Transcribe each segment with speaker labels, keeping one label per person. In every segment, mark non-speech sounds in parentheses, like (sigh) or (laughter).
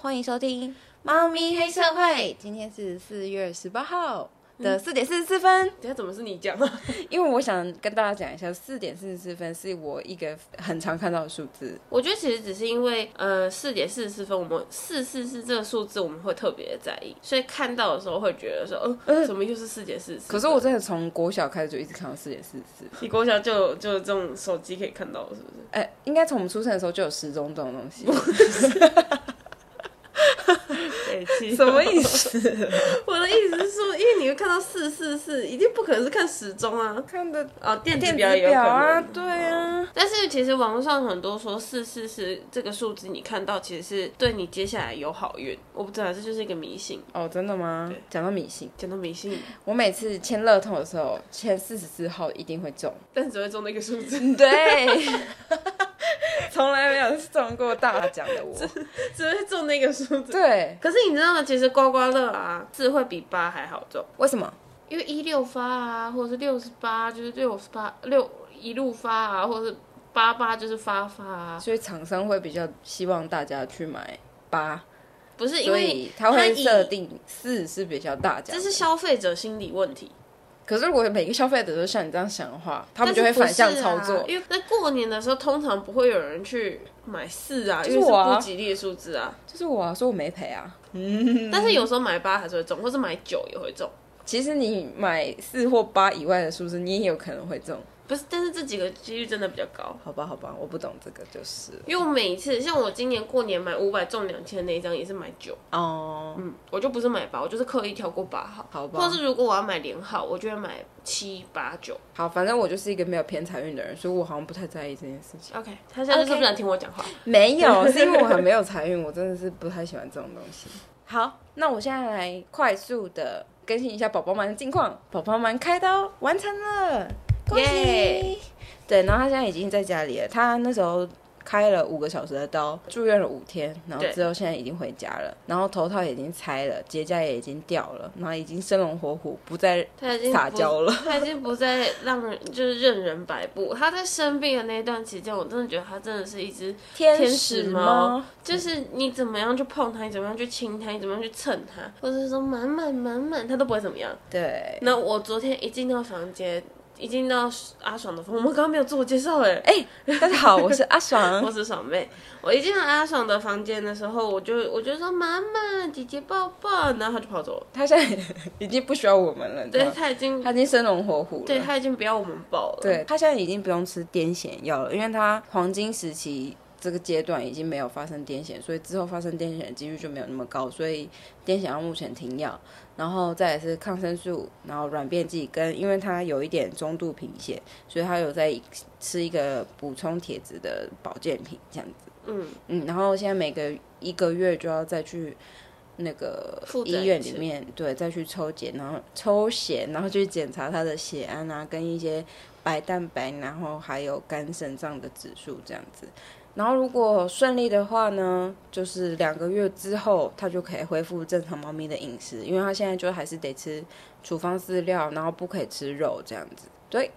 Speaker 1: 欢迎收听《猫咪黑社会》。嗯今天是四月十八号的四点四十四分，
Speaker 2: 等下怎么是你讲 (laughs) 啊？
Speaker 1: 因为我想跟大家讲一下，四点四十四分是我一个很常看到的数字。
Speaker 2: 我觉得其实只是因为，呃，四点四十四分，我们四四四这个数字我们会特别在意，所以看到的时候会觉得说，嗯、呃，怎么又是四点四十四？
Speaker 1: 可是我真的从国小开始就一直看到四点四十四，
Speaker 2: 你国小就有就有这种手机可以看到，是不是？
Speaker 1: 哎、应该从我们出生的时候就有时钟这种东西，
Speaker 2: 北
Speaker 1: (laughs)
Speaker 2: 七
Speaker 1: 什么意？思？
Speaker 2: 我的意思是说，因为你会看到四四四，一定不可能是看时钟啊。
Speaker 1: (laughs) 看的
Speaker 2: 哦，电子
Speaker 1: 电
Speaker 2: 表
Speaker 1: 子
Speaker 2: 也有可
Speaker 1: 表啊，
Speaker 2: 能。
Speaker 1: 对啊，
Speaker 2: 但是其实网络上很多说四四四这个数字，你看到其实是对你接下来有好运。我不知道，这就是一个迷信。
Speaker 1: 哦，真的吗
Speaker 2: 对？
Speaker 1: 讲到迷信，
Speaker 2: 讲到迷信，
Speaker 1: 我每次签乐透的时候，签四十四号一定会中。
Speaker 2: 但只会中那个数 (laughs) 字，
Speaker 1: (laughs) 对，从来没有中过大奖的我。
Speaker 2: 只会中那个数字。
Speaker 1: 对，
Speaker 2: 可是你知道吗？其实刮刮乐啊，四会比八还好中，
Speaker 1: 为什么？
Speaker 2: 因为一六发啊，或者是六十八，就是六十八六一路发啊，或者是八八就是发发啊，
Speaker 1: 所以厂商会比较希望大家去买八，
Speaker 2: 不是因
Speaker 1: 所
Speaker 2: 为
Speaker 1: 以他会
Speaker 2: 以
Speaker 1: 设定四是比较大奖
Speaker 2: 这。是消费者心理问题，
Speaker 1: 可是如果每个消费者都像你这样想的话，他们就
Speaker 2: 但
Speaker 1: 是会
Speaker 2: 不是
Speaker 1: 反向操作
Speaker 2: 啊。因为在过年的时候，通常不会有人去买四啊，
Speaker 1: 就
Speaker 2: 因
Speaker 1: 是
Speaker 2: 为是
Speaker 1: 我啊
Speaker 2: 不吉利的数字啊。
Speaker 1: 就是我啊，说我没赔啊。
Speaker 2: 但是有时候买八还是会中，或是买九也会中。
Speaker 1: 其实你买四或八以外的数字，你也有可能会中。
Speaker 2: 不是，但是这几个几率真的比较高。
Speaker 1: 好吧，好吧，我不懂这个就是了
Speaker 2: 因为我每一次，像我今年过年买五百中两千那一张也是买九，
Speaker 1: 哦。
Speaker 2: 嗯，我就不是买八，我就是刻意挑过八号，
Speaker 1: 好吧
Speaker 2: 或者是如果我要买连号，我就会买七八九。
Speaker 1: 好，反正我就是一个没有偏财运的人，所以我好像不太在意这件事情。
Speaker 2: OK，他现在就是不想听我讲话。
Speaker 1: 没 (laughs) 有，是因为我很没有财运，我真的是不太喜欢这种东西。好，那我现在来快速的更新一下宝宝们的近况。宝宝们开刀完成了，恭喜
Speaker 2: 耶
Speaker 1: 对，然后他现在已经在家里了，他那时候。开了五个小时的刀，住院了五天，然后
Speaker 2: 对
Speaker 1: 之后现在已经回家了，然后头套也已经拆了，结痂也已经掉了，然后已经生龙活虎，不再
Speaker 2: 他已经
Speaker 1: 撒娇了，
Speaker 2: 他已经不再让人就是任人摆布。他在生病的那段期间，我真的觉得他真的是一只，
Speaker 1: 天使
Speaker 2: 使猫
Speaker 1: 猫。
Speaker 2: 就是你怎么样去碰它，你怎么样去亲它，你怎么样去蹭它，或者是说满满满满，它都不会怎么样。
Speaker 1: 对，
Speaker 2: 那我昨天一进到房间，一进到阿爽的房，我们刚刚没有自我介绍哎、
Speaker 1: 大家好，我是阿 (laughs) 爽
Speaker 2: 我。是爽妹。我一进到阿爽的房间的时候，我就我就说妈妈，姐姐抱抱，然后他就跑走了。
Speaker 1: 他现在已经不需要我们了，你知道
Speaker 2: 对
Speaker 1: 吗
Speaker 2: 他已经，
Speaker 1: 他已经生龙活虎了。
Speaker 2: 对他已经不要我们抱了。
Speaker 1: 对，他现在已经不用吃癫痫药了，因为他黄金时期这个阶段已经没有发生癫痫，所以之后发生癫痫的几率就没有那么高，所以癫痫药目前停药，然后再来是抗生素，然后软便剂跟，因为他有一点中度贫血，所以他有在吃一个补充铁质的保健品这样子。
Speaker 2: 嗯，
Speaker 1: 嗯，然后现在每个一个月就要再去那个
Speaker 2: 复诊
Speaker 1: 医院
Speaker 2: 一次
Speaker 1: 里面，对，再去抽检，然后抽血，然后去检查他的血氨啊，跟一些白蛋白，然后还有肝肾脏的指数这样子。然后如果顺利的话呢，就是两个月之后，它就可以恢复正常猫咪的饮食，因为它现在就还是得吃处方饲料，然后不可以吃肉这样子。对，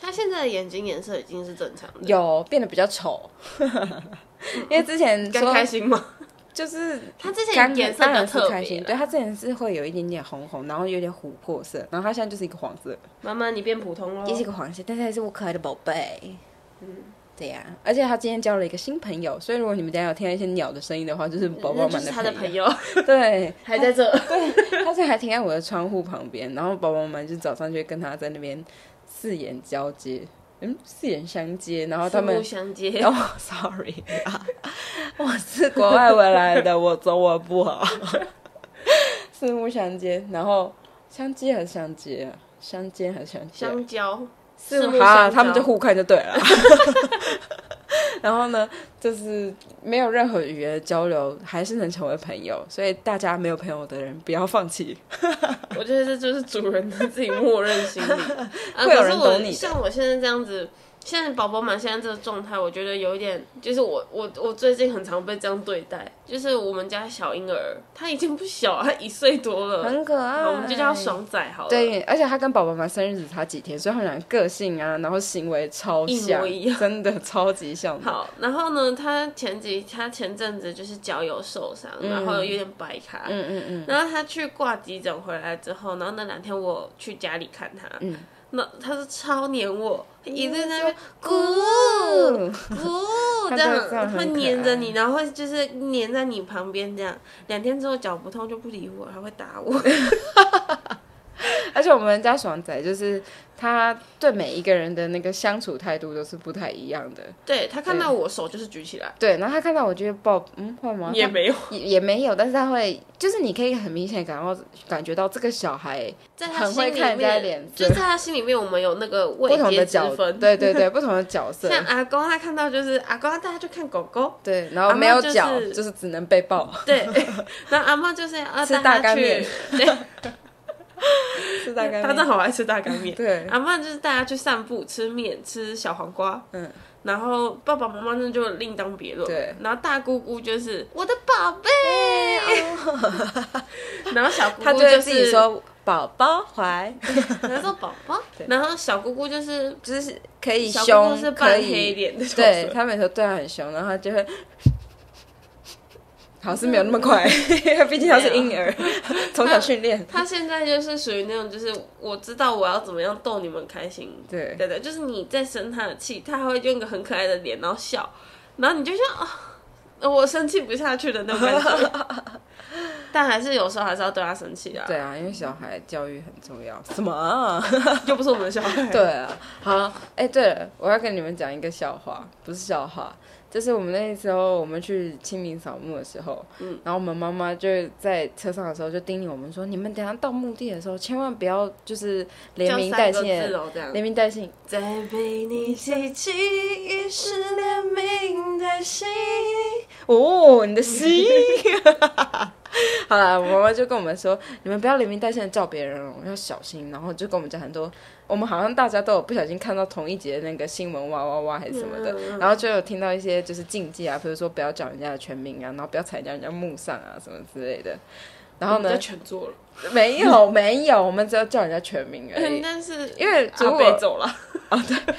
Speaker 2: 他现在的眼睛颜色已经是正常的。
Speaker 1: 有变得比较丑， (laughs) 因为之前
Speaker 2: 该
Speaker 1: 说
Speaker 2: 开心吗？
Speaker 1: 就是
Speaker 2: 他之
Speaker 1: 刚
Speaker 2: 前颜色
Speaker 1: 当
Speaker 2: 比较
Speaker 1: 然是
Speaker 2: 特
Speaker 1: 开
Speaker 2: 别
Speaker 1: 心，
Speaker 2: 啦。
Speaker 1: 对他之前是会有一点点红红，然后有点琥珀色，然后他现在就是一个黄色，
Speaker 2: 妈妈，你变普通喽
Speaker 1: 也。是一个黄色，但是还是我可爱的宝贝。哦嗯，对呀、而且他今天交了一个新朋友，所以如果你们等一下有听到一些鸟的声音的话，嗯就是宝宝
Speaker 2: 那就
Speaker 1: 们
Speaker 2: 是他的朋
Speaker 1: 友。
Speaker 2: 友，
Speaker 1: (laughs) 对，
Speaker 2: 还在这。
Speaker 1: 他现在还停在我的窗户旁边，然后宝宝们就早上就会跟他在那边四眼交接，嗯，四眼相接， (laughs) 然后他们
Speaker 2: 四目
Speaker 1: (laughs)
Speaker 2: 相接，
Speaker 1: 哦、s o r r y 啊 (laughs) 我是国外回来的，我中文不好。 (laughs) 四目相接，然后相接还是相接啊？相接还是相接？
Speaker 2: 香蕉，
Speaker 1: 四
Speaker 2: 目
Speaker 1: 目啊，
Speaker 2: 相
Speaker 1: 他们
Speaker 2: 交
Speaker 1: 就互看就对了。然后呢，就是没有任何语言的交流，还是能成为朋友。所以大家没有朋友的人，不要放弃。(laughs)
Speaker 2: 我觉得这就是主人的自己默认心理。啊、
Speaker 1: 会有
Speaker 2: 可是
Speaker 1: 人
Speaker 2: 我
Speaker 1: 懂你的
Speaker 2: 像我现在这样子，现在宝宝们现在这个状态，我觉得有一点，就是我我我最近很常被这样对待，就是我们家小婴儿他已经不小，他一岁多了，
Speaker 1: 很可爱。
Speaker 2: 好，我们就叫他爽仔好了，，
Speaker 1: 对，而且他跟宝宝妈生日只差几天，所以他们俩个性啊，然后行为超
Speaker 2: 一模
Speaker 1: 像，
Speaker 2: 一样
Speaker 1: 真的超级像。，
Speaker 2: 好，然后呢，他前几他前阵子就是脚有受伤，然后有点白卡，
Speaker 1: 嗯嗯嗯，
Speaker 2: (laughs) 然后他去挂急诊回来之后，然后那两天我去家里看他，
Speaker 1: 嗯
Speaker 2: 那他是超黏我，一直在那边咕
Speaker 1: 咕，(laughs)
Speaker 2: 咕
Speaker 1: 他
Speaker 2: 这
Speaker 1: 真的
Speaker 2: 样
Speaker 1: 这样，很
Speaker 2: 会
Speaker 1: 可
Speaker 2: 黏着你，
Speaker 1: 爱
Speaker 2: 然后会就是黏在你旁边这样。两天之后脚不痛就不理我，还会打我。 (laughs)
Speaker 1: 而且我们家爽仔就是他对每一个人的那个相处态度都是不太一样的。
Speaker 2: 对他看到我手就是举起来，
Speaker 1: 对，然后他看到我就会抱，嗯，会吗？
Speaker 2: 也
Speaker 1: 他
Speaker 2: 没有
Speaker 1: 也也没有，但是他会，就是你可以很明显感到感觉到这个小孩
Speaker 2: 在他
Speaker 1: (laughs) 很
Speaker 2: 心
Speaker 1: 会
Speaker 2: 里
Speaker 1: 看人家
Speaker 2: 面，
Speaker 1: 脸
Speaker 2: 就
Speaker 1: 色，
Speaker 2: 在他心里面我们有那个
Speaker 1: 不
Speaker 2: 未
Speaker 1: 同
Speaker 2: 接
Speaker 1: 的
Speaker 2: 之
Speaker 1: 角，
Speaker 2: 分。
Speaker 1: 对对对，不同的角色，
Speaker 2: 像阿公他看到就是阿公，他带他去看狗狗，
Speaker 1: 对，然
Speaker 2: 阿
Speaker 1: 后
Speaker 2: 嬷
Speaker 1: 没有
Speaker 2: 就是
Speaker 1: 脚，就是只能被
Speaker 2: (laughs)
Speaker 1: 抱， (laughs)
Speaker 2: 对，然后阿妈就是要
Speaker 1: 吃
Speaker 2: 带
Speaker 1: 大
Speaker 2: 他
Speaker 1: 干
Speaker 2: 去，
Speaker 1: 面
Speaker 2: 对，
Speaker 1: 是大概
Speaker 2: 他真的好爱吃大干面。
Speaker 1: 对，
Speaker 2: 阿妈就是带他去散步、吃面、吃小黄瓜，
Speaker 1: 嗯，
Speaker 2: 然后爸爸妈妈那就另当别论。
Speaker 1: 对，
Speaker 2: 然后大姑姑就是我的宝贝，哎
Speaker 1: (laughs)
Speaker 2: 然后小姑
Speaker 1: 他
Speaker 2: 姑
Speaker 1: 就
Speaker 2: 就
Speaker 1: 会
Speaker 2: 是
Speaker 1: 自己，说宝宝怀，
Speaker 2: 然后说宝
Speaker 1: (laughs)
Speaker 2: 宝，然后小姑姑就是
Speaker 1: 就是可以
Speaker 2: 小
Speaker 1: 凶
Speaker 2: 姑姑是，
Speaker 1: 可
Speaker 2: 扮黑
Speaker 1: 以，
Speaker 2: 脸的角色，
Speaker 1: 对他每次对他很凶，然后他就 (laughs) 会。好是没有那么 (laughs) 快，毕竟他是婴儿， (laughs) 从小训练。
Speaker 2: 他现在就是属于那种，就是我知道我要怎么样逗你们开心，
Speaker 1: 对
Speaker 2: 对对，就是你在生他的气，他还会用一个很可爱的脸，然后笑，然后你就像啊、我生气不下去的那种感觉。
Speaker 1: (laughs)
Speaker 2: 但还是有时候还是要对他生气啊，
Speaker 1: 对啊，因为小孩教育很重要。什么啊？
Speaker 2: 又不是我们的小孩。
Speaker 1: (laughs) 对啊，好，哎、对了，我要跟你们讲一个笑话，不是笑话，就是我们那时候我们去清明扫墓的时候，嗯，然后我们妈妈就在车上的时候就叮咛我们说，你们等一下到目的的时候，千万不要就是连
Speaker 2: 叫
Speaker 1: 名带
Speaker 2: 三个
Speaker 1: 姓
Speaker 2: 字
Speaker 1: 的，
Speaker 2: 哦，这样。
Speaker 1: 连名带姓，
Speaker 2: 再被你记起，已是连名带姓。
Speaker 1: 哦，你的心。 (laughs) 好啦，我妈妈就跟我们说，你们不要连名带姓的叫别人哦，要小心。然后就跟我们讲很多，我们好像大家都有不小心看到同一节那个新闻哇哇哇还是什么
Speaker 2: 嗯
Speaker 1: 的，然后就有听到一些就是禁忌啊，比如说不要叫人家的全名啊，然后不要踩到人家墓上啊什么之类的。 (laughs) 然后
Speaker 2: 我们
Speaker 1: 呢
Speaker 2: 就，全
Speaker 1: (laughs)
Speaker 2: 做了，
Speaker 1: 没有没有，我们只要叫人家全名而
Speaker 2: (laughs) 嗯
Speaker 1: 已。(laughs)
Speaker 2: 但是
Speaker 1: 因为如
Speaker 2: 阿
Speaker 1: 果
Speaker 2: 北走了，
Speaker 1: 哦 (laughs)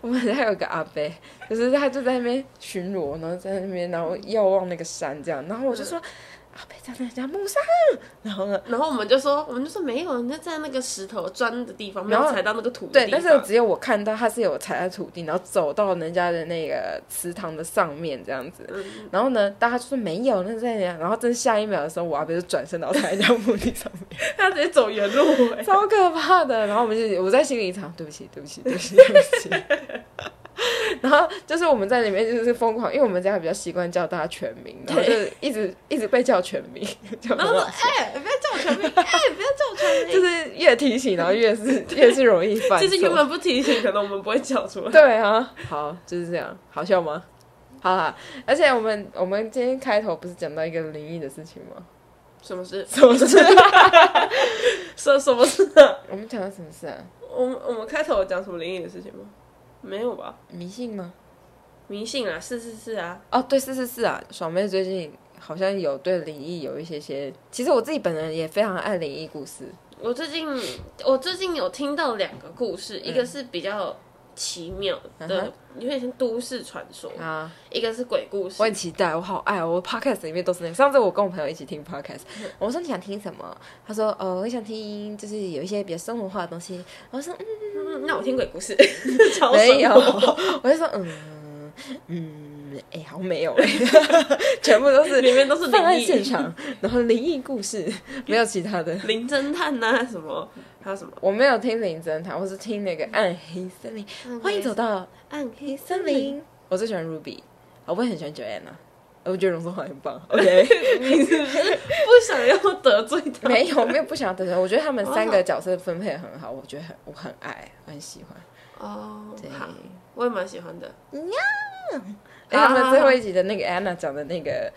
Speaker 1: 我们家有个阿伯，就是他就在那边巡逻，然后在那边，然后遥望那个山这样，然后
Speaker 2: 嗯
Speaker 1: 我就说、阿伯站在人家墓上，然后呢，
Speaker 2: 然后我们就说，我们就说没有，你就在那个石头砖的地方，没
Speaker 1: 然后
Speaker 2: 有踩到那个土的
Speaker 1: 对，
Speaker 2: 地
Speaker 1: 但
Speaker 2: 方。
Speaker 1: 是只有我看到他是有踩在土地，然后走到人家的那个祠堂的上面这样子，
Speaker 2: 嗯
Speaker 1: 然后呢，大家就说没有，那是在然后真下一秒的时候，我阿伯就转身然后踩在人家墓地上面，
Speaker 2: 他直接走原
Speaker 1: (laughs)
Speaker 2: 路、 (laughs) 欸，
Speaker 1: 超可怕的，然后我们就我在心里一场，对不起，对不起，对不起，对 (laughs) 不起。然后就是我们在里面就是疯狂，因为我们家比较习惯叫大家全名，然后就一直一直被叫全名，就
Speaker 2: 然后说：“哎、不要叫我全名，哎、不要叫我全
Speaker 1: (laughs)
Speaker 2: 名。”
Speaker 1: 就是越提醒，然后越是越是容易犯
Speaker 2: 其
Speaker 1: 错。
Speaker 2: 实原本不 (laughs) 提醒，可能我们不会叫出来。
Speaker 1: 对啊，好就是这样，好笑吗？好啦，而且我们我们今天开头不是讲到一个灵异的事情吗？
Speaker 2: 什么事？
Speaker 1: 什么
Speaker 2: (laughs)
Speaker 1: 事？
Speaker 2: 什什么事？
Speaker 1: 我们讲到什么事啊？
Speaker 2: 我们我们开头有讲什么灵异的事情吗？没有吧？
Speaker 1: 迷信吗？
Speaker 2: 迷信啊，是是是啊，
Speaker 1: 哦，对，是是是啊，爽妹最近好像有对灵异有一些些，其实我自己本人也非常爱灵异故事，
Speaker 2: 我最近我最近有听到两个故事，一个是比较奇妙
Speaker 1: 嗯
Speaker 2: 的
Speaker 1: 哼，
Speaker 2: 有点像都市传说，
Speaker 1: 啊，
Speaker 2: 一个是鬼故事
Speaker 1: 我。很期待，我好爱哦，我 podcast 里面都是那个。上次我跟我朋友一起听 podcast，我说你想听什么？他说呃，我想听就是有一些比较生活化的东西。我说嗯，嗯
Speaker 2: 嗯 (laughs) 那我听鬼故 (laughs) 事，超
Speaker 1: 没有，
Speaker 2: 生活
Speaker 1: 我就说嗯嗯，哎、好像没有、哎 (laughs) 全部都是
Speaker 2: 里面都是
Speaker 1: 犯案
Speaker 2: 灵
Speaker 1: 现
Speaker 2: 异、
Speaker 1: 场，然后灵异故事，没有其他的。
Speaker 2: 灵侦探呐、啊，什么还有什么？
Speaker 1: 我没有听林侦探，我是听那个暗黑森林。欢迎走到
Speaker 2: 嗯暗黑
Speaker 1: 森林。我最喜欢 Ruby，啊我也很喜欢 Joanna，我觉得容祖华很 (laughs) 棒。OK，
Speaker 2: 你是不是 (laughs) 不想要得罪他？
Speaker 1: 没有没有不想要等人，我觉得他们三个角色分配得很好，我觉得很我很爱，我很喜欢。
Speaker 2: 哦
Speaker 1: 对，，
Speaker 2: 好，我也蛮喜欢的。
Speaker 1: 哎，他们最后一集的那个 Anna 讲的那个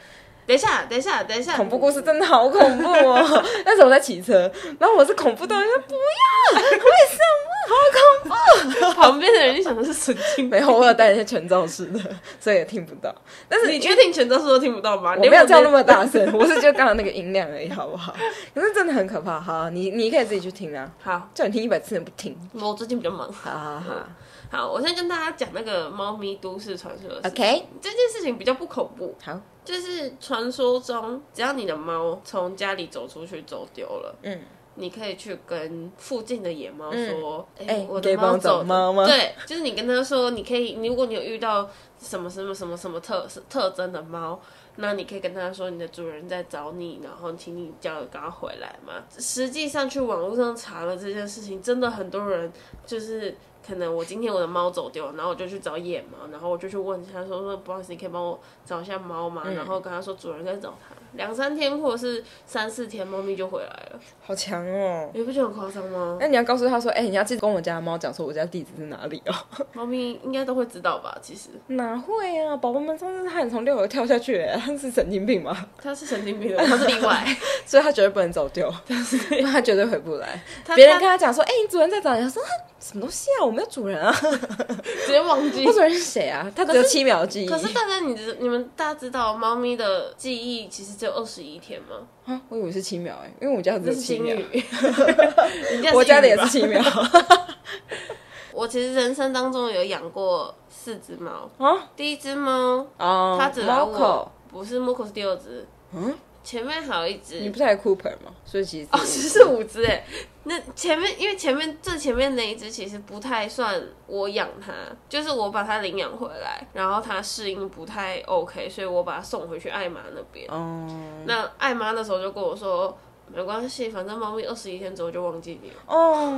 Speaker 2: 等一下，等一下，等一下，
Speaker 1: 恐怖故事真的好恐怖 (laughs) 哦！那时候我在骑车，然后我是恐怖到说不要，为什么？好恐怖！
Speaker 2: (laughs) 旁边的人就想说是神
Speaker 1: (laughs)
Speaker 2: 经病。
Speaker 1: 没有，我有带一些全罩式的，所以也听不到。但是
Speaker 2: 你确定全都是都听不到吗？
Speaker 1: 我没有叫那
Speaker 2: 录。
Speaker 1: 么大声，我是就刚刚那个音量而已，好不好？可是真的很可怕。好，你你可以自己去听啊，
Speaker 2: 好，
Speaker 1: 叫你听一百次你不听。
Speaker 2: 我最近比较忙。
Speaker 1: 好好好
Speaker 2: 好，我现在跟大家讲那个猫咪都市传说的事情。
Speaker 1: ，OK，
Speaker 2: 这件事情比较不恐怖，
Speaker 1: 好，
Speaker 2: 就是传说中，只要你的猫从家里走出去走丢了，
Speaker 1: 嗯，
Speaker 2: 你可以去跟附近的野猫说：“哎、
Speaker 1: 哎
Speaker 2: 我
Speaker 1: 可以
Speaker 2: 的
Speaker 1: 帮
Speaker 2: 猫
Speaker 1: 我找
Speaker 2: 走
Speaker 1: 猫吗
Speaker 2: 对，就是你跟他说，你可以，你如果你有遇到什么什么什么什么特特征的猫，那你可以跟他说你的主人在找你，然后请你叫赶快回来嘛。实际上去网络上查了这件事情，真的很多人就是。可能我今天我的猫走丢了，然后我就去找野猫，然后我就去问他说说不好意思，你可以帮我找一下猫吗？
Speaker 1: 嗯
Speaker 2: 然后跟他说主人在找它，两三天或者是三四天，猫咪就回来了。
Speaker 1: 好强哦。
Speaker 2: 你不觉得很夸张吗？
Speaker 1: 那你要告诉他说，哎、你要记得跟我家的猫讲说我家地址是哪里哦。
Speaker 2: 猫咪应该都会知道吧？其实
Speaker 1: (laughs) 哪会啊，宝宝们上次差点从六楼跳下去、哎他是神经病吗？
Speaker 2: 它是神经病的，它是例外。
Speaker 1: (laughs) 所以他绝对不能走 (laughs) 丢，不然他绝对回不来。
Speaker 2: 它
Speaker 1: 别人
Speaker 2: 它
Speaker 1: 跟他讲说，哎、你主人在找你，他说啊什么东西啊，我没有主人 (laughs) 啊，
Speaker 2: 直接忘记
Speaker 1: 我。主人是谁啊？他只有七秒记忆。
Speaker 2: 可是大家，你知你们大家知道，猫咪的记忆其实只有二十一天吗？
Speaker 1: 啊，我以为是七秒哎、因为我家只
Speaker 2: 这
Speaker 1: 有
Speaker 2: 是
Speaker 1: 七
Speaker 2: 金
Speaker 1: 秒， (laughs)
Speaker 2: 鱼，你家
Speaker 1: 我家的也
Speaker 2: 金
Speaker 1: 是
Speaker 2: 鱼吧
Speaker 1: (laughs) 七秒
Speaker 2: 我其实人生当中有养过四只猫，
Speaker 1: 啊
Speaker 2: 第一只猫
Speaker 1: 哦，
Speaker 2: 它只来
Speaker 1: 猫
Speaker 2: 我
Speaker 1: 口，，
Speaker 2: 不是 Moco 是第二只，
Speaker 1: 嗯，
Speaker 2: 前面还有一只
Speaker 1: 你不是还有 Cooper 吗？所以其实
Speaker 2: 哦，其实是五只哎。那前面因为前面最前面那一只其实不太算我养它，就是我把它领养回来，然后它适应不太 OK，所以我把它送回去艾玛那边。
Speaker 1: 哦
Speaker 2: 那艾妈那时候就跟我说，没关系，反正猫咪二十一天之后就忘记你了。
Speaker 1: 哦，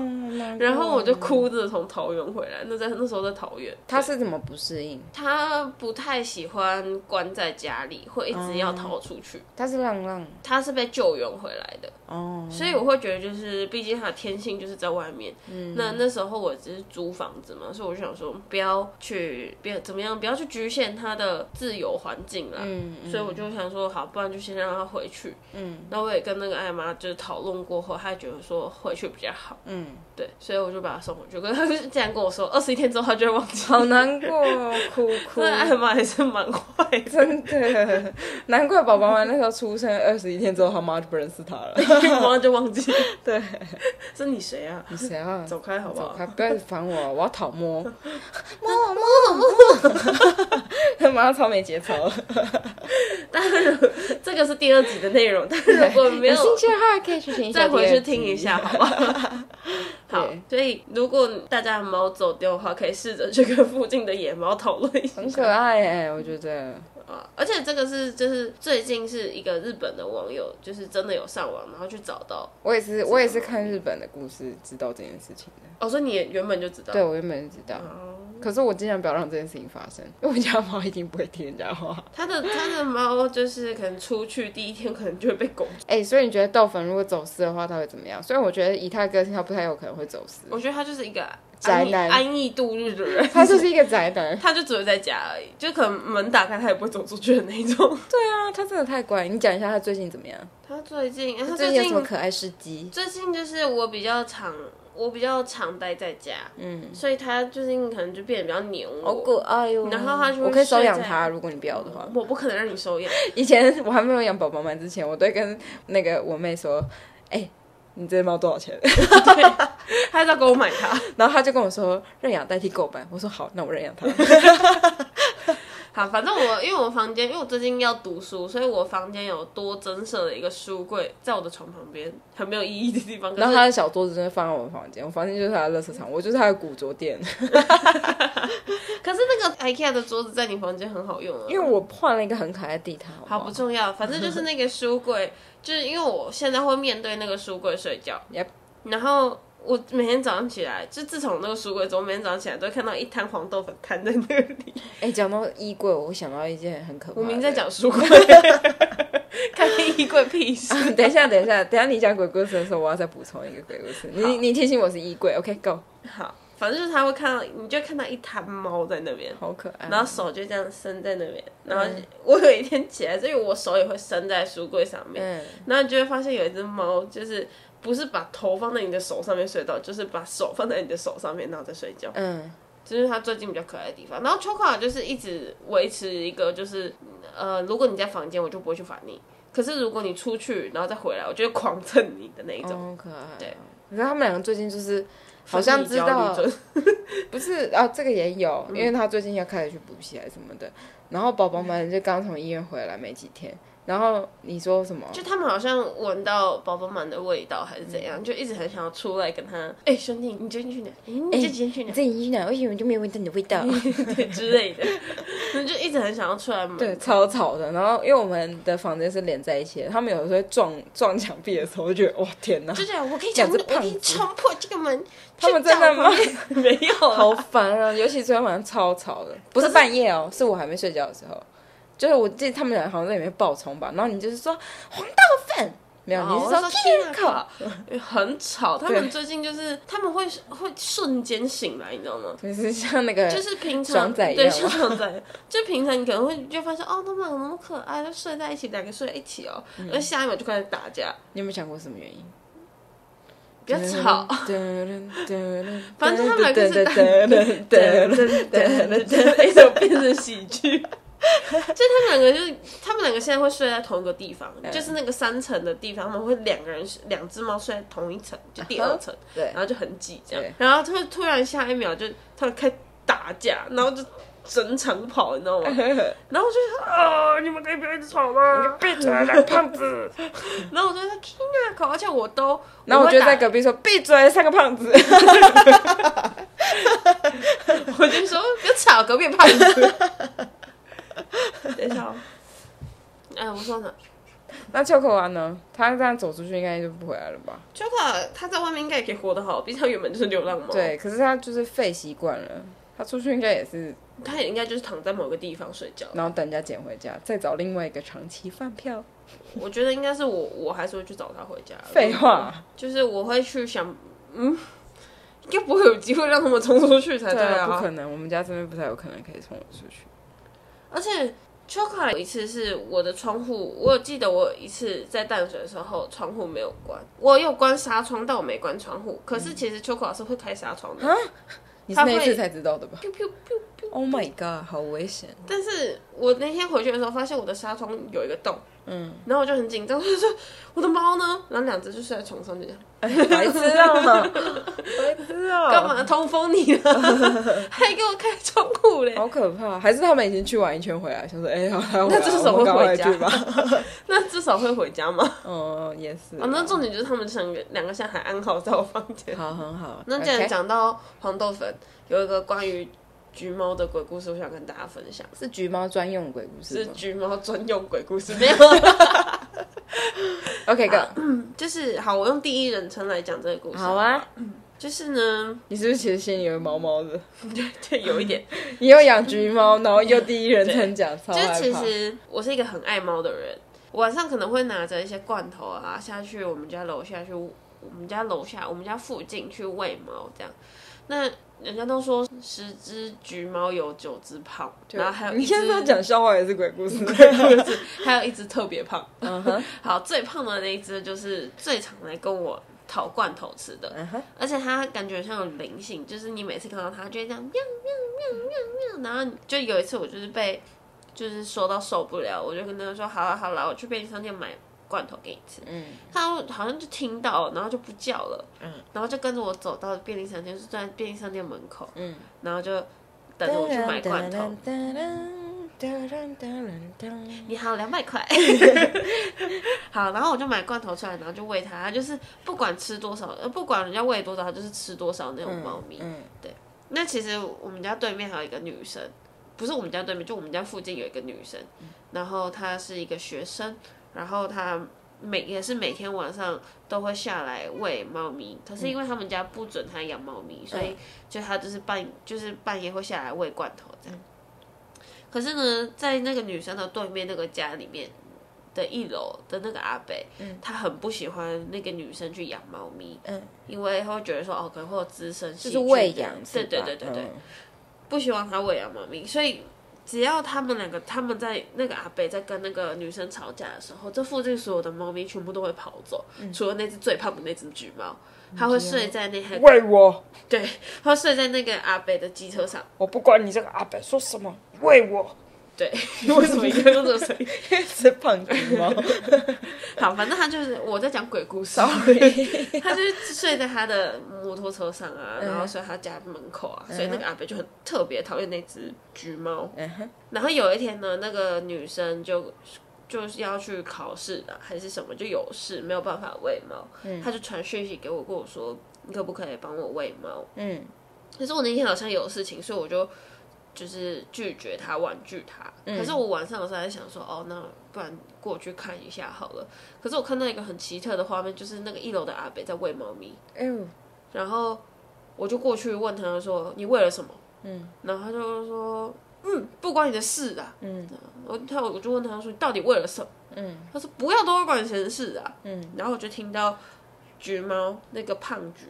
Speaker 2: 然后我就哭着从桃园回来，那在那时候在桃园，
Speaker 1: 他是怎么不适应？
Speaker 2: 它不太喜欢关在家里，会一直
Speaker 1: 哦
Speaker 2: 要逃出去。
Speaker 1: 他是浪浪
Speaker 2: 它是被救援回来的，
Speaker 1: 哦，
Speaker 2: 所以我会觉得，就是毕竟它的天性就是在外面。
Speaker 1: 嗯
Speaker 2: 那那时候我只是租房子嘛，所以我就想说，不要去，不要怎么样，不要去局限它的自由环境啦。
Speaker 1: 嗯嗯
Speaker 2: 所以我就想说，好，不然就先让它回去。
Speaker 1: 嗯
Speaker 2: 那我也跟那个艾妈就是讨论过后，她觉得说回去比较好，
Speaker 1: 嗯，
Speaker 2: 对，所以我就把她送回去。可是她 (laughs) 就是竟然跟我说，二十一天之后她就会忘记。
Speaker 1: 好难过哦，哭 (laughs) 哭
Speaker 2: (laughs) 那。艾妈也是蛮坏
Speaker 1: (laughs)
Speaker 2: 的，
Speaker 1: 真的，难怪宝宝们那时候出生二十一天之后，他妈就不认识他 (laughs) 了。
Speaker 2: 然后就忘记。
Speaker 1: 对，
Speaker 2: (laughs) 是你谁啊？
Speaker 1: 你谁啊？
Speaker 2: 走开好不
Speaker 1: 走
Speaker 2: 好？
Speaker 1: 开！不要一直烦我，我要讨摸，摸 (laughs) 摸 (laughs) 摸！马上超没节操。
Speaker 2: (laughs) 这个是第二集的内容，但是如果没有
Speaker 1: 有兴趣的话，可以去听一下。
Speaker 2: 再回去听一。下，好吧？
Speaker 1: (laughs)
Speaker 2: 好
Speaker 1: 对，
Speaker 2: 所以如果大家的猫走丢的话，可以试着去跟附近的野猫讨论一下。
Speaker 1: 很可爱哎、我觉得。
Speaker 2: 啊！而且这个是就是最近是一个日本的网友，就是真的有上网，然后去找到。
Speaker 1: 我也是，我也是看日本的故事知道这件事情的。
Speaker 2: 哦，所以你也原本就知道。
Speaker 1: 对，我原本知道，
Speaker 2: 哦，
Speaker 1: 可是我尽量不要让这件事情发生， (laughs) 因为我家猫一定不会听人家话。
Speaker 2: 他的他的猫就是可能出去第一天可能就会被狗，
Speaker 1: (laughs) 哎、所以你觉得豆粉如果走私的话，它会怎么样？虽然我觉得以它的个性，它不太有可能会走私，
Speaker 2: 我觉得他就是一个
Speaker 1: 宅
Speaker 2: 安逸
Speaker 1: 男
Speaker 2: 安逸度日的人，
Speaker 1: 它就是一个宅男。 (laughs)
Speaker 2: 他就只会在家而已，就可能门打开他也不会走出去的那一种。
Speaker 1: 对啊，它真的太乖。你讲一下它最近怎么样？
Speaker 2: 他最近哎他
Speaker 1: 它
Speaker 2: 最
Speaker 1: 最近有什么
Speaker 2: 近
Speaker 1: 可爱事迹？
Speaker 2: 最近就是我比较常我比较常待在家，
Speaker 1: 嗯，
Speaker 2: 所以他最近可能就变得比较黏我。
Speaker 1: 好可爱哟。
Speaker 2: 然后它就会
Speaker 1: 我可以收养
Speaker 2: 睡在
Speaker 1: 它，如果你不要的话。 (laughs)
Speaker 2: 我不可能让你收养。
Speaker 1: 以前我还没有养宝宝们之前，我都会跟那个我妹说：“哎、你这只猫多少钱？” (laughs)
Speaker 2: 他 (laughs) 在给我买它。
Speaker 1: 然后她就跟我说：“认养代替购买。”我说：“好，那我认养它。
Speaker 2: 好，反正我因为我房间，因为我最近要读书，所以我房间有多增设了一个书柜，在我的床旁边，很没有意义的地方。”
Speaker 1: 然后
Speaker 2: 可是
Speaker 1: 她的小桌子真的放在我们房间，我房间就是她的垃圾场，我就是她的古着店。
Speaker 2: 可是那个 IKEA 的桌子在你房间很好用啊。
Speaker 1: 因为我换了一个很可爱的地毯，好
Speaker 2: 好
Speaker 1: 不
Speaker 2: 不
Speaker 1: 好？
Speaker 2: 重要，反正就是那个书柜， (laughs) 就是因为我现在会面对那个书柜睡觉。
Speaker 1: Yep
Speaker 2: 然后我每天早上起来，就自从那个书柜之后，每天早上起来都会看到一滩黄豆粉摊在那里。 (laughs)
Speaker 1: 哎、讲到衣柜，我想到一件很可怕的。
Speaker 2: 我明
Speaker 1: (laughs)
Speaker 2: 在讲书 (laughs) 柜，看衣柜屁事。
Speaker 1: 啊等一下，等一下，等一下，你讲鬼故事的时候，我要再补充一个鬼故事。你
Speaker 2: 好
Speaker 1: 你提醒我是衣柜，OK，Go、
Speaker 2: 好，反正就是他会看到，你就看到一滩猫在那边，
Speaker 1: 好可爱。
Speaker 2: 然后手就这样伸在那边，然后我有一天起来，所以我手也会伸在书柜上面，
Speaker 1: 嗯，
Speaker 2: 然后你就会发现有一只猫，就是不是把头放在你的手上面睡到，就是把手放在你的手上面，然后再睡觉。
Speaker 1: 嗯，
Speaker 2: 这是它最近比较可爱的地方。然后秋卡就是一直维持一个就是，呃，如果你在房间，我就不会去烦你。可是如果你出去然后再回来，我就会狂蹭你的那一种。
Speaker 1: 哦好可爱。
Speaker 2: 对，
Speaker 1: 可是他们两个最近就是好像知道
Speaker 2: 分离焦虑症
Speaker 1: 不是啊，这个也有，因为他最近要开始去补习还是什么的。然后宝宝们就刚从医院回来没几天，然后你说什么？
Speaker 2: 就他们好像闻到宝宝满的味道还是怎样，就一直很想要出来跟他，哎、兄弟，你最近去哪？哎你这几天去
Speaker 1: 你
Speaker 2: 哪？
Speaker 1: 自己去哪？为什么就没有闻到你的味道？
Speaker 2: 对之类的， (laughs) 就一直很想要出来嘛。
Speaker 1: 对，超吵的。然后因为我们的房间是连在一起的，他们有时候会撞撞墙壁的时候，就觉得哇天哪，
Speaker 2: 就这样，我可以
Speaker 1: 两
Speaker 2: 冲，
Speaker 1: 只
Speaker 2: 我可以
Speaker 1: 胖子
Speaker 2: 冲破这个门。
Speaker 1: 他们真的吗？
Speaker 2: 去找？没有啊，
Speaker 1: 好烦啊！尤其昨天晚上超吵的，不是半夜哦，是我还没睡觉的时候，就是我记得他们俩好像在里面爆冲吧，然后你就是说黄豆粉，没有，
Speaker 2: 哦
Speaker 1: 你是
Speaker 2: 我
Speaker 1: 说
Speaker 2: 说
Speaker 1: 天
Speaker 2: 天啊
Speaker 1: 口，
Speaker 2: 很吵。他
Speaker 1: 对
Speaker 2: 们最近就是他们会会瞬间醒来，你知道吗？
Speaker 1: 就是像那个
Speaker 2: 就是平常
Speaker 1: 爽仔一
Speaker 2: 对
Speaker 1: 样
Speaker 2: 像爽仔，就平常你可能会就发现哦，他们两个那么可爱，就睡在一起，两个睡在一起哦，
Speaker 1: 嗯
Speaker 2: 然后下一秒就开始打架，
Speaker 1: 你有没有想过什么原因？
Speaker 2: 比较吵。
Speaker 1: 反
Speaker 2: 反正他们俩就是打
Speaker 1: 噔
Speaker 2: 对
Speaker 1: 噔
Speaker 2: 对对对对，一种变成喜剧。 (laughs) 就他们两个就是，他们两个现在会睡在同一个地方，
Speaker 1: 嗯
Speaker 2: 就是那个三层的地方，他们会两个人两只猫睡在同一层，就第二层，
Speaker 1: 对
Speaker 2: 然后就很挤这样
Speaker 1: 对，
Speaker 2: 然后突突然下一秒就他们开始打架，然后就整场跑，你知
Speaker 1: (laughs)
Speaker 2: 道吗？然后我就说啊，你们可以不要一直吵吗？
Speaker 1: 闭嘴啦，胖子！
Speaker 2: 然后我就说 King 啊，口，而且我都，
Speaker 1: 然后我就
Speaker 2: 会
Speaker 1: 在
Speaker 2: 打
Speaker 1: 隔壁说闭嘴，三个胖子。 (laughs)
Speaker 2: 我就说别吵，隔壁胖子。 (laughs) 等一下、哦，哎，我说呢
Speaker 1: 那秋口丸呢？他这样走出去应该就不回来了吧？
Speaker 2: ，Joker 他在外面应该也可以活得好，毕竟他原本就是流浪猫。，
Speaker 1: 对，可是他就是废习惯了，他出去应该也是，
Speaker 2: 他也应该就是躺在某个地方睡觉。
Speaker 1: 然后等人家捡回家，再找另外一个长期饭票。
Speaker 2: 我觉得应该是我，我还是会去找他回家。
Speaker 1: 废，话，
Speaker 2: 就是我会去想，嗯，应该不会有机会让他们冲出去才对
Speaker 1: 啊，
Speaker 2: 啊。
Speaker 1: 不可能，我们家这边不太有可能可以冲我出去。
Speaker 2: 而且 Choco 有一次是我的窗户，我有记得我有一次在淡水的时候窗户没有关，我有关纱窗，但我没关窗户。可是
Speaker 1: 嗯
Speaker 2: 其实 Choco 是会开纱窗的，
Speaker 1: 你是
Speaker 2: 他会
Speaker 1: 那一次才知道的吧
Speaker 2: 啾啾啾
Speaker 1: ？Oh my god，好危 (laughs) 险！
Speaker 2: 但是我那天回去的时候，发现我的纱窗有一个洞，嗯，然后我就很紧张，我就说我的猫呢？然后两只就睡在床上，就这样
Speaker 1: 白痴 (laughs) 啊，白痴啊，
Speaker 2: 干？嘛通风你了，
Speaker 1: (laughs)
Speaker 2: 还给我开窗户嘞？
Speaker 1: 好可怕！还是他们已经去玩一圈回来，想说，哎、好好，
Speaker 2: 那至少
Speaker 1: 我们
Speaker 2: 会
Speaker 1: 赶快
Speaker 2: 回家
Speaker 1: 去吧。 (laughs)
Speaker 2: 那至少会回家吗？
Speaker 1: 嗯，也是。
Speaker 2: 啊，那重点就是他们两个两个现在还安好在我房间。 (laughs)
Speaker 1: 好，很好。
Speaker 2: 那既
Speaker 1: OK
Speaker 2: 然讲到黄豆粉，有一个关于橘猫的鬼故事，我想跟大家分享，
Speaker 1: 是橘猫专用鬼故事
Speaker 2: 是
Speaker 1: 吗
Speaker 2: 橘猫专用鬼故事， (laughs) 没有，
Speaker 1: ？OK，哥，
Speaker 2: 就是好，我用第一人称来讲这个故事。
Speaker 1: 好啊，
Speaker 2: 就是呢， (laughs)
Speaker 1: 你是不是其实心里有毛毛的？
Speaker 2: 对，有一点，
Speaker 1: 你又养橘猫，然后又第一人称讲，超
Speaker 2: 就
Speaker 1: 害
Speaker 2: 是
Speaker 1: 怕。
Speaker 2: 其实我是一个很爱猫的人，晚上可能会拿着一些罐头啊下去我们家楼下去，我们家楼下我们家附近去喂猫这样。那人家都说十只橘猫有九只胖，
Speaker 1: 对
Speaker 2: 然后还有
Speaker 1: 你
Speaker 2: 一只
Speaker 1: 现在要讲笑话也是鬼故事，
Speaker 2: 还有一只特别胖。
Speaker 1: 嗯哼，
Speaker 2: (laughs) 好，最胖的那一只就是最常来跟我讨罐头吃的，
Speaker 1: 嗯哼，
Speaker 2: 而且它感觉像有灵性，就是你每次看到它就会这样喵喵喵喵喵，然后就有一次我就是被就是说到受不了，我就跟他说好了好了，我去便利商店买罐头给你吃。
Speaker 1: 嗯，
Speaker 2: 他好像就听到，然后就不叫了，
Speaker 1: 嗯，
Speaker 2: 然后就跟着我走到便利商店，就站在便利商店门口，
Speaker 1: 嗯，
Speaker 2: 然后就等着我去买罐头。。你好，两百
Speaker 1: (laughs)
Speaker 2: 块。好，然后我就买罐头出来，然后就喂它，它就是不管吃多少，呃，不管人家喂多少，它就是吃多少那种猫咪。
Speaker 1: 嗯，
Speaker 2: 那其实我们家对面还有一个女生，不是我们家对面，就我们家附近有一个女生，
Speaker 1: 嗯
Speaker 2: 然后她是一个学生，然后她每也是每天晚上都会下来喂猫咪，可是因为他们家不准她养猫咪，所
Speaker 1: 嗯
Speaker 2: 以就她就是半就是半夜会下来喂
Speaker 1: 嗯
Speaker 2: 罐头这样。可是呢，在那个女生的对面那个家里面，的一楼的那个阿北，他很不喜欢那个女生去养猫咪，
Speaker 1: 嗯，
Speaker 2: 因为他会觉得说哦，可能会有滋生细
Speaker 1: 就
Speaker 2: 菌
Speaker 1: 是
Speaker 2: 的，
Speaker 1: 喂养，
Speaker 2: 对
Speaker 1: 是
Speaker 2: 对
Speaker 1: 吧
Speaker 2: 对对对，
Speaker 1: 嗯
Speaker 2: 不希望他喂养猫咪，所以只要他们两个他们在那个阿北在跟那个女生吵架的时候，这附近所有的猫咪全部都会跑走，除了那只最胖的那只嗯橘猫，它会睡在那台，
Speaker 1: 喂我，
Speaker 2: 对，它会睡在那个阿北的机车 (laughs) 上。
Speaker 1: 我不管你这个阿伯说什么，喂我，
Speaker 2: 对，为什么一定要用 (laughs) 这种声音？
Speaker 1: 是胖橘猫
Speaker 2: (laughs) 好，反正他就是我在讲鬼故事。
Speaker 1: ，sorry，
Speaker 2: (laughs) 他就是睡在他的摩托车上啊，
Speaker 1: 嗯
Speaker 2: 然后睡他家门口啊，所以那个阿北就很特别讨厌那只橘猫。
Speaker 1: 嗯哼
Speaker 2: 然后有一天呢，那个女生就就是要去考试啊，还是什么，就有事没有办法喂猫，
Speaker 1: 嗯
Speaker 2: 他就传讯息给我，跟我说你可不可以帮我喂猫？
Speaker 1: 嗯
Speaker 2: 可是我那天好像有事情，所以我就就是拒绝他，婉拒他。
Speaker 1: 嗯
Speaker 2: 可是我晚上的时候还想说，哦，那不然过去看一下好了。可是我看到一个很奇特的画面，就是那个一楼的阿北在喂猫咪，
Speaker 1: (laughs) 哎呦，
Speaker 2: 然后我就过去问他说：“你喂了什么？”嗯，然后他就说：“嗯，不关你的事啊。”嗯，我他我就问他说：“你到底为了什么？”嗯，他说：“不要都管闲事啊。”嗯，然后我就听到橘猫那个胖橘，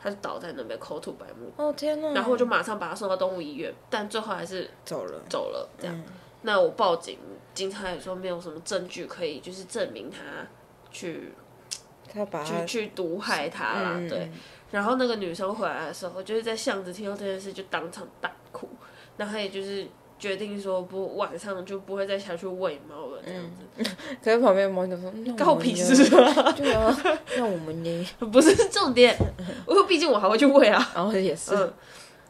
Speaker 2: 它就倒在那边口吐白沫，
Speaker 1: 哦天哪，
Speaker 2: 然后我就马上把它送到动物医院，但最后还是
Speaker 1: 走了，
Speaker 2: 走了。这样，那我报警，警察也说没有什么证据可以就是证明他去
Speaker 1: 他把
Speaker 2: 去
Speaker 1: 他，
Speaker 2: 去毒害他啦，
Speaker 1: 嗯嗯
Speaker 2: 对。然后那个女生回来的时候，就是在巷子听到这件事就当场大哭，然后她也就是决定说不晚上就不会再下去喂猫了这样子，
Speaker 1: 可是旁边的猫就说，
Speaker 2: 关我屁事
Speaker 1: 啊，对啊，那我们呢？
Speaker 2: (laughs) 不是
Speaker 1: (laughs)
Speaker 2: 重点，因为毕竟我还会去喂啊。
Speaker 1: 然后也是，
Speaker 2: 嗯，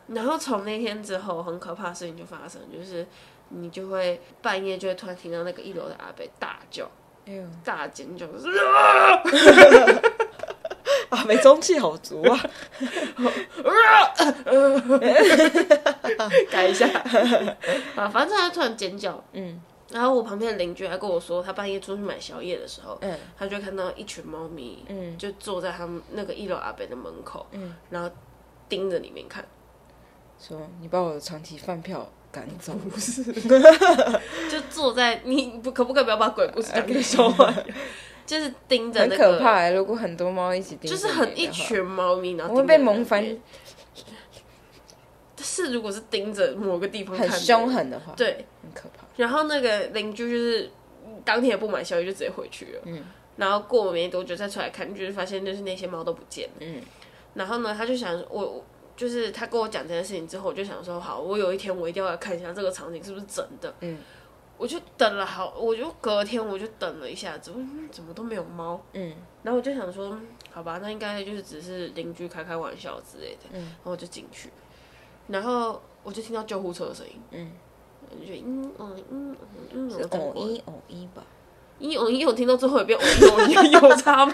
Speaker 2: 然后从那天之后，很可怕的事情就发生，就是你就会半夜就会突然听到那个一楼的阿北大叫
Speaker 1: 哎呦，
Speaker 2: 大尖
Speaker 1: (laughs)
Speaker 2: 叫， (laughs) 就是
Speaker 1: 啊，没中气好足啊，
Speaker 2: 改一下啊，反正他突然尖叫，
Speaker 1: 嗯
Speaker 2: 然后我旁边的邻居还跟我说，他半夜出去买宵夜的时候，
Speaker 1: 嗯
Speaker 2: 他就看到一群猫咪，
Speaker 1: 嗯，
Speaker 2: 就坐在他们那个一楼阿北的门口，
Speaker 1: 嗯
Speaker 2: 然后盯着里面看，
Speaker 1: 说你把我的长期饭票赶走，不是，
Speaker 2: 就坐在你不可不可以不要把鬼故事讲给说
Speaker 1: (laughs)
Speaker 2: 完，就是盯着
Speaker 1: 很
Speaker 2: 那
Speaker 1: 可怕
Speaker 2: 个，
Speaker 1: 欸。如果很多猫一起盯着
Speaker 2: 就
Speaker 1: 你
Speaker 2: 是
Speaker 1: 的话，
Speaker 2: 很一群猫咪，然后
Speaker 1: 我会
Speaker 2: 盯
Speaker 1: 被
Speaker 2: 着
Speaker 1: 萌
Speaker 2: 那
Speaker 1: 翻
Speaker 2: 边，但是如果是盯着某个地方看
Speaker 1: 很
Speaker 2: 的
Speaker 1: 凶，狠的话，
Speaker 2: 对，
Speaker 1: 很可怕。
Speaker 2: 然后那个邻居就是当天也不买宵夜，就直接回去了。
Speaker 1: 嗯
Speaker 2: 然后过没多久再出来看，就是发现就是那些猫都不见了。
Speaker 1: 嗯
Speaker 2: 然后呢，他就想我我就是他跟我讲这件事情之后，我就想说好，我有一天我一定要来看一下这个场景是不是真的。
Speaker 1: 嗯
Speaker 2: 我就等了好，我就隔天我就等了一下子，我就嗯怎么都没有猫。
Speaker 1: 嗯
Speaker 2: 然后我就想说，嗯好吧，那应该就是只是邻居开开玩笑之类的。然后我就进去，然后我就听到救护车的声音，
Speaker 1: 嗯，
Speaker 2: 我就觉得嗯嗯嗯嗯，
Speaker 1: 是
Speaker 2: 我等
Speaker 1: 偶
Speaker 2: 过
Speaker 1: 一偶一吧。
Speaker 2: 一偶一有听到最后一遍，偶一偶一 (laughs) 有差吗？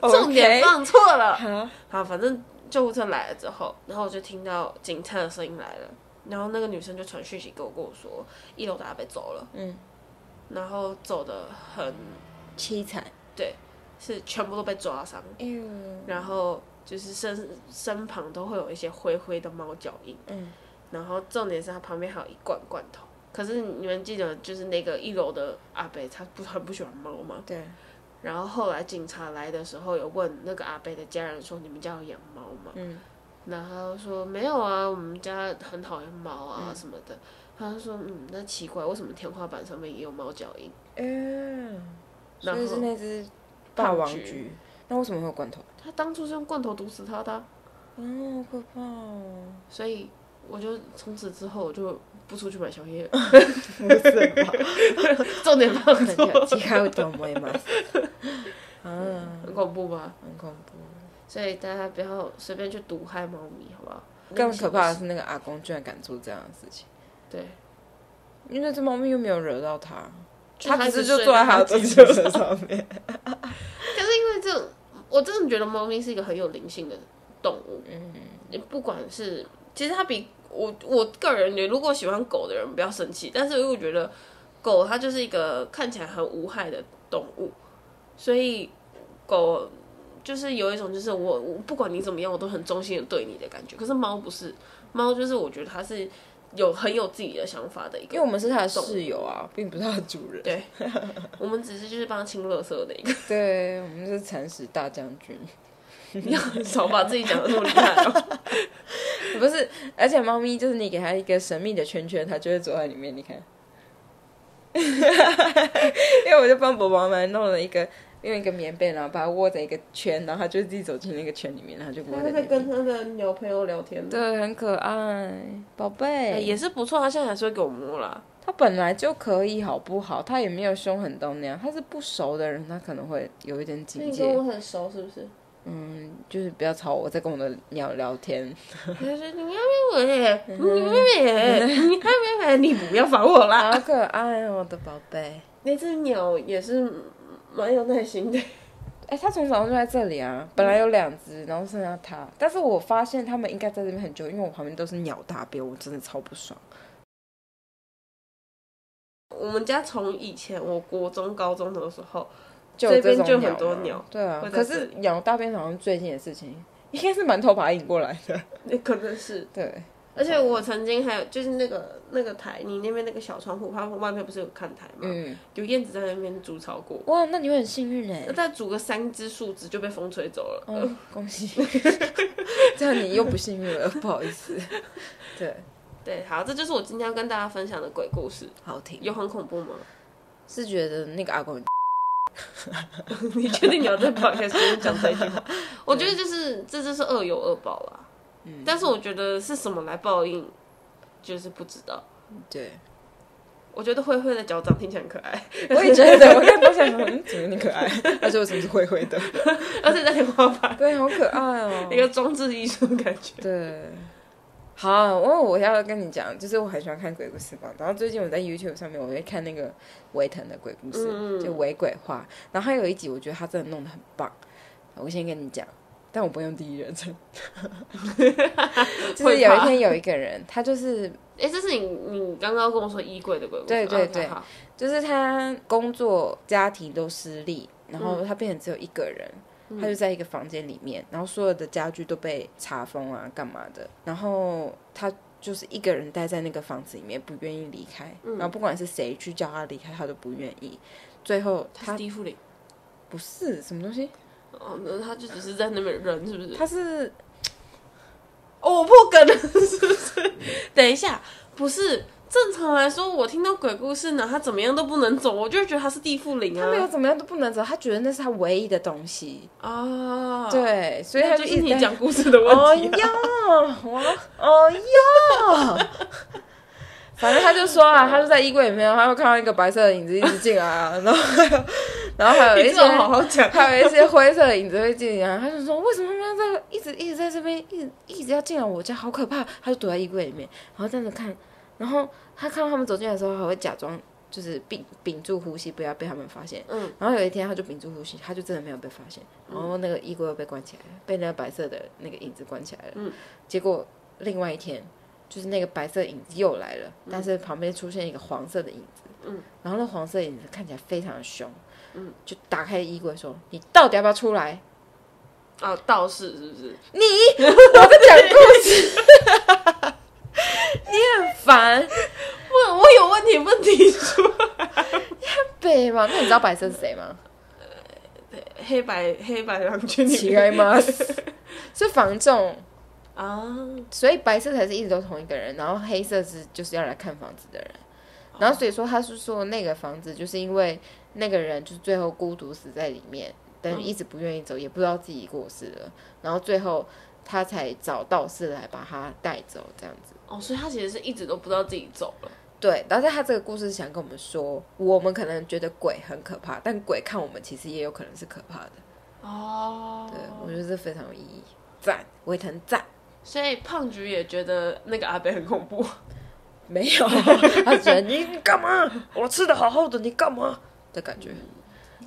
Speaker 2: 重点
Speaker 1: OK
Speaker 2: 放错了。
Speaker 1: 好，
Speaker 2: 好，反正救护车来了之后，然后我就听到警车的声音来了，然后那个女生就传讯息给我，跟我说一楼的阿伯走了，
Speaker 1: 嗯，
Speaker 2: 然后走的很
Speaker 1: 凄惨。
Speaker 2: 是全部都被抓伤，
Speaker 1: 哎呦，
Speaker 2: 然后就是身身旁都会有一些灰灰的猫脚印，
Speaker 1: 嗯，
Speaker 2: 然后重点是它旁边还有一罐罐头。可是你们记得，就是那个一楼的阿伯，他不很不喜欢猫吗？
Speaker 1: 对，
Speaker 2: 然后后来警察来的时候，有问那个阿伯的家人说：“你们家有养猫吗？”
Speaker 1: 嗯，
Speaker 2: 然后他说：“没有啊，我们家很讨厌猫
Speaker 1: 嗯
Speaker 2: 啊什么的。他就说：“嗯，那奇怪，为什么天花板上面也有猫脚印
Speaker 1: 嗯，所
Speaker 2: 然后
Speaker 1: 以是那只霸王
Speaker 2: 胖
Speaker 1: 菊
Speaker 2: 橘。
Speaker 1: 那为什么会有罐头？？”
Speaker 2: 他当初是用罐头毒死他的啊、
Speaker 1: 嗯，好可怕哦！
Speaker 2: 所以我就从此之后我就不出去买宵夜了，
Speaker 1: (laughs) 不是吧？
Speaker 2: (laughs) 重点放
Speaker 1: 很 (laughs)
Speaker 2: 错，
Speaker 1: 奇怪，我懂我吗？啊，
Speaker 2: 很恐怖吧？
Speaker 1: 很恐怖。
Speaker 2: 所以大家不要随便去毒害猫咪，好不好？
Speaker 1: 更可怕的是，那个阿公居然敢做这样的事情，
Speaker 2: 对，
Speaker 1: 因为那只猫咪又没有惹到他，
Speaker 2: 就
Speaker 1: 他只是就
Speaker 2: 睡
Speaker 1: 坐在
Speaker 2: 他
Speaker 1: 他的
Speaker 2: 自
Speaker 1: 自
Speaker 2: 己
Speaker 1: 行车上面。
Speaker 2: 可是因为这种，我真的觉得猫咪是一个很有灵性的动物。嗯，不管是其实它比我我个人觉得，如果喜欢狗的人不要生气，但是我觉得狗它就是一个看起来很无害的动物，所以狗就是有一种就是我我不管你怎么样，我都很忠心的对你的感觉。可是猫不是，猫就是我觉得它是有很有自己的想法的一个
Speaker 1: 因为我们是 (laughs) 他的室友啊，并不是他的主人。
Speaker 2: 对，我们只是就是帮他清垃圾的一个，
Speaker 1: 对，我们是铲屎大将军。
Speaker 2: 你要少把自己讲的那么厉害哦。
Speaker 1: 不是，而且猫咪就是你给它一个神秘的圈圈，它就会走在里面。你看， (laughs) 因为我就帮宝宝们弄了一个用一个棉被，然后把它窝成一个圈，然后它就自己走进那个圈里面，然后就窝在那边。
Speaker 2: 他的鸟朋友聊天，
Speaker 1: 对，很可爱，宝贝。
Speaker 2: 哎也是不错。他现在还是会给我摸啦。
Speaker 1: 它本来就可以，好不好？它也没有凶狠到那样。它是不熟的人，它可能会有一点警戒。
Speaker 2: 很熟是不是？
Speaker 1: 嗯，就是不要吵我，在跟我的鸟聊天。
Speaker 2: (laughs) 他说你喵喵我耶，你喵喵，
Speaker 1: 嗯
Speaker 2: 你喵喵，你不要烦我
Speaker 1: (laughs)
Speaker 2: 啦。
Speaker 1: 好可爱哦，我的宝贝。
Speaker 2: 那只鸟也是蛮有耐心的。
Speaker 1: 哎、它从早上就在这里啊，本来有两只，然后剩下它。但是我发现它们应该在这边很久，因为我旁边都是鸟大便，我真的超不爽。
Speaker 2: (laughs) 我们家从以前我国中、高中的时候，
Speaker 1: 就有
Speaker 2: 这边
Speaker 1: 种
Speaker 2: 就
Speaker 1: 鸟
Speaker 2: 很多
Speaker 1: 吗
Speaker 2: 鸟
Speaker 1: 对啊
Speaker 2: 会，在
Speaker 1: 可
Speaker 2: 这
Speaker 1: 是鸟大便好像最近的事情，应该是馒头把它引过来的。
Speaker 2: 那可能是
Speaker 1: 对，
Speaker 2: 而且我曾经还有就是那个那个台，你那边那个小窗户，它外面不是有看台吗？
Speaker 1: (laughs) 嗯，
Speaker 2: 有燕子在那边筑巢过，
Speaker 1: 哇，那你会很幸运哎、
Speaker 2: 那再筑个三只树枝就被风吹走了。
Speaker 1: 哦，恭喜！ (laughs) 这样你又不幸运了， (laughs) 不好意思。对，
Speaker 2: 对，好，这就是我今天要跟大家分享的鬼故事，
Speaker 1: 好听。
Speaker 2: 有很恐怖吗？ (laughs)
Speaker 1: 是觉得那个阿公
Speaker 2: 你确定你要在 podcast 里面讲这一句
Speaker 1: (laughs)
Speaker 2: 话？我觉得就是这就是恶有恶报啦。嗯，但是我觉得是什么来报应，就是不知道。
Speaker 1: (laughs) 对，
Speaker 2: 我觉得慧慧的脚掌听起来很可爱，
Speaker 1: 我也觉得，我看到想说，嗯，怎么有点可 (laughs) 爱？而且我怎么是灰灰的？
Speaker 2: 而且在天
Speaker 1: (laughs)
Speaker 2: 花板
Speaker 1: 对，好可爱哦
Speaker 2: 一个装置艺术的感觉。
Speaker 1: 对，好，因为我要跟你讲，就是我很喜欢看鬼故事嘛。然后最近我在 YouTube 上面，我会看那个维腾的鬼故事，就伪鬼话。然后还有一集，我觉得他真的弄得很棒。我先跟你讲，但我不用第一人称。 (laughs) 就是有一天有一个人，他就是
Speaker 2: 哎、这是你你刚刚跟我说衣柜的鬼故事，
Speaker 1: 对对
Speaker 2: OK，
Speaker 1: 对
Speaker 2: 好
Speaker 1: 就是他工作、家庭都失利，然
Speaker 2: 嗯
Speaker 1: 后他变成只有一个人，他就在一个房间里面，然后所有的家具都被查封啊，干嘛的？然后他就是一个人待在那个房子里面，不愿意离开。
Speaker 2: 嗯
Speaker 1: 然后不管是谁去叫他离开，他都不愿意。最后
Speaker 2: 他
Speaker 1: 他
Speaker 2: 是低富林，
Speaker 1: 不是什么东西，
Speaker 2: 哦，那他就只是在那边扔，是不是？
Speaker 1: 他是
Speaker 2: 哦，我破梗了，是不是？ (laughs) 等一下，不是正常来说，我听到鬼故事呢，他怎么样都不能走，我就会觉得他是地富林
Speaker 1: 他没有
Speaker 2: 啊
Speaker 1: 怎么样都不能走，他觉得那是他唯一的东西。
Speaker 2: 啊，，
Speaker 1: 对，所以他
Speaker 2: 那
Speaker 1: 就
Speaker 2: 就
Speaker 1: 一
Speaker 2: 是
Speaker 1: 直
Speaker 2: 你
Speaker 1: 在
Speaker 2: 讲故事的
Speaker 1: 哦
Speaker 2: 问 (laughs) 题、啊。
Speaker 1: 哟，我哦哟，反正他就说啊，他就在衣柜里面，他就看到一个白色的影子一直进来啊，然后还有，然后还有哦一
Speaker 2: 你
Speaker 1: 些
Speaker 2: 最好好好讲，
Speaker 1: 还有一些灰色的影子会进来，他就说为什么他们在一直一直在这边，一直一直要进来我家，好可怕！他就躲在衣柜里面，然后站着看，然后他看到他们走进来的时候，还会假装就是屏屏住呼吸，不要被他们发现。
Speaker 2: 嗯，
Speaker 1: 然后有一天他就屏住呼吸，他就真的没有被发现，然后那个衣柜又被关起来了，被那个白色的那个影子关起来了。
Speaker 2: 嗯，
Speaker 1: 结果另外一天就是那个白色影子又来了，但是旁边出现一个黄色的影子。
Speaker 2: 嗯，
Speaker 1: 然后那黄色影子看起来非常的凶。就打开衣柜说：“你到底要不要出来
Speaker 2: 啊，道士是不是？？”
Speaker 1: 我在讲故事，你很烦，
Speaker 2: 问我有问题
Speaker 1: (laughs)
Speaker 2: 问题说，
Speaker 1: 对吗？那你知道白色是谁
Speaker 2: (laughs)
Speaker 1: 吗？
Speaker 2: 黑白黑白狼群里
Speaker 1: 乞
Speaker 2: 面
Speaker 1: 丐吗？ (laughs) 是房仲，
Speaker 2: 啊，
Speaker 1: 所以白色才是一直都同一个人，然后黑色是就是要来看房子的人，然后所以说他是说那个房子就是因为那个人就是最后孤独死在里面，但是一直不愿意走，也不知道自己过世了，然后最后他才找道士来把他带走，这样子。
Speaker 2: 哦，所以他其实是一直都不知道自己走了。
Speaker 1: 对，然后在他这个故事想跟我们说，我们可能觉得鬼很可怕，但鬼看我们其实也有可能是可怕的。
Speaker 2: 哦，
Speaker 1: 对，我觉得这非常有意义，赞，维腾赞。
Speaker 2: 所以胖菊也觉得那个阿北很恐怖。
Speaker 1: 没有，他觉得你你干嘛？我吃的好好的，你干嘛？的感觉，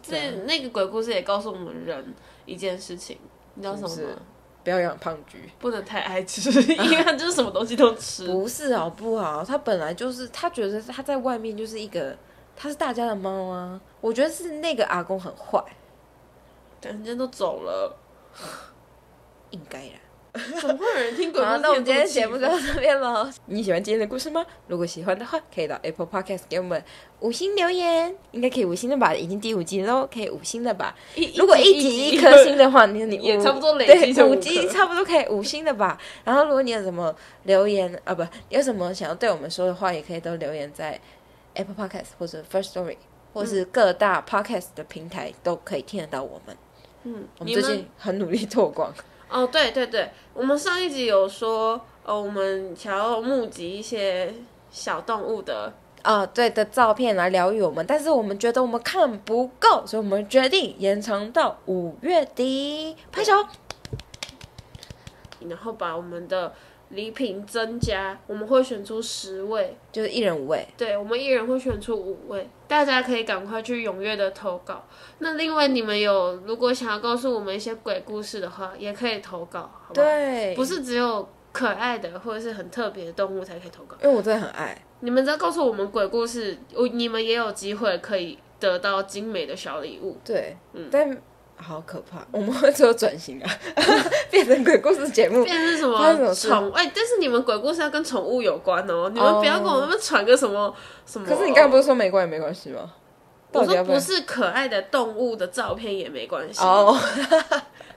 Speaker 2: 这
Speaker 1: 啊
Speaker 2: 那个鬼故事也告诉我们人一件事情，你知道什么
Speaker 1: 是不是
Speaker 2: 吗？
Speaker 1: 不要养胖橘。
Speaker 2: 不能太爱吃，因为他就是什么东西都吃。
Speaker 1: 不是好不好？他本来就是，他觉得他在外面就是一个，他是大家的猫啊。我觉得是那个阿公很坏，
Speaker 2: 人家都走了，
Speaker 1: 应该啦。
Speaker 2: 怎么会有人听鬼
Speaker 1: 好，
Speaker 2: 故事？
Speaker 1: 那我们今天节目就到这边喽。你喜欢今天的故事吗？如果喜欢的话，可以到 Apple Podcast 给我们五星留言，应该可以五星的吧？已经第五集喽，可以五星的吧？
Speaker 2: 一
Speaker 1: 如果一集一颗星
Speaker 2: 的，
Speaker 1: 的话，你你
Speaker 2: 也
Speaker 1: 五
Speaker 2: 差不多累积
Speaker 1: 对
Speaker 2: 成
Speaker 1: 五
Speaker 2: 五
Speaker 1: 集
Speaker 2: 颗
Speaker 1: 差不多可以五星的吧。然后如果你有什么留言啊，不，有什么想要对我们说的话，也可以都留言在 Apple Podcast 或者 First Story 或是各大 Podcast 的平台都可以听得到我们。
Speaker 2: 嗯，
Speaker 1: 我们
Speaker 2: 你
Speaker 1: 最
Speaker 2: 们
Speaker 1: 近很努力拓广，
Speaker 2: 哦，对对对，我们上一集有说，呃，我们想要募集一些小动物的，
Speaker 1: 啊，对的照片来疗愈我们，但是我们觉得我们看不够，所以我们决定延长到五月底。拍手！
Speaker 2: 然后把我们的礼品增加，我们会选出十位，
Speaker 1: 就是一人五位，
Speaker 2: 对，我们一人会选出五位，大家可以赶快去踊跃的投稿。那另外你们有如果想要告诉我们一些鬼故事的话，也可以投稿，好不好？
Speaker 1: 对，
Speaker 2: 不，是只有可爱的或者是很特别的动物才可以投稿。
Speaker 1: 因为我真的很爱，
Speaker 2: 你们只要告诉我们鬼故事，我你们也有机会可以得到精美的小礼物。
Speaker 1: 对，
Speaker 2: 嗯
Speaker 1: 但好可怕， (laughs) 我们会做转型啊， (laughs) 变成鬼故事节目，
Speaker 2: 变成是什
Speaker 1: 发嗯生什么
Speaker 2: 么
Speaker 1: 事
Speaker 2: 宠？哎、但是你们鬼故事要跟宠物有关哦，你们不要跟我们传个什么、什么。
Speaker 1: 可是你刚刚不是说没关系没关系吗？到
Speaker 2: 我
Speaker 1: 底要
Speaker 2: 说
Speaker 1: 要
Speaker 2: 不是可爱的动物的照片也没关系，
Speaker 1: 哦，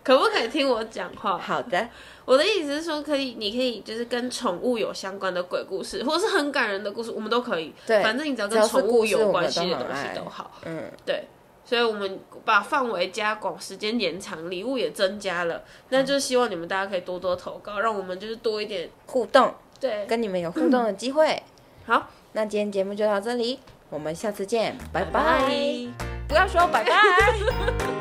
Speaker 2: 可不可以听我讲话？
Speaker 1: 好的，
Speaker 2: 我的意思是说，可以，你可以就是跟宠物有相关的鬼故事，或者是很感人的故事，我们都可以。
Speaker 1: 对
Speaker 2: 反正你只要
Speaker 1: 只
Speaker 2: 跟
Speaker 1: 要是
Speaker 2: 宠
Speaker 1: 故
Speaker 2: 物
Speaker 1: 事
Speaker 2: 有
Speaker 1: 我
Speaker 2: 关
Speaker 1: 们
Speaker 2: 系
Speaker 1: 都
Speaker 2: 的
Speaker 1: 很
Speaker 2: 东西
Speaker 1: 爱
Speaker 2: 都好。
Speaker 1: 嗯，
Speaker 2: 对，所以我们把范围加广，时间延长，礼物也增加了。那就是希望你们大家可以多多投稿，让我们就是多一点。
Speaker 1: 互动
Speaker 2: 对，
Speaker 1: 跟你们有互动的机会。
Speaker 2: 好，
Speaker 1: 那今天节目就到这里，我们下次见，拜
Speaker 2: 拜拜。
Speaker 1: 不要说拜拜。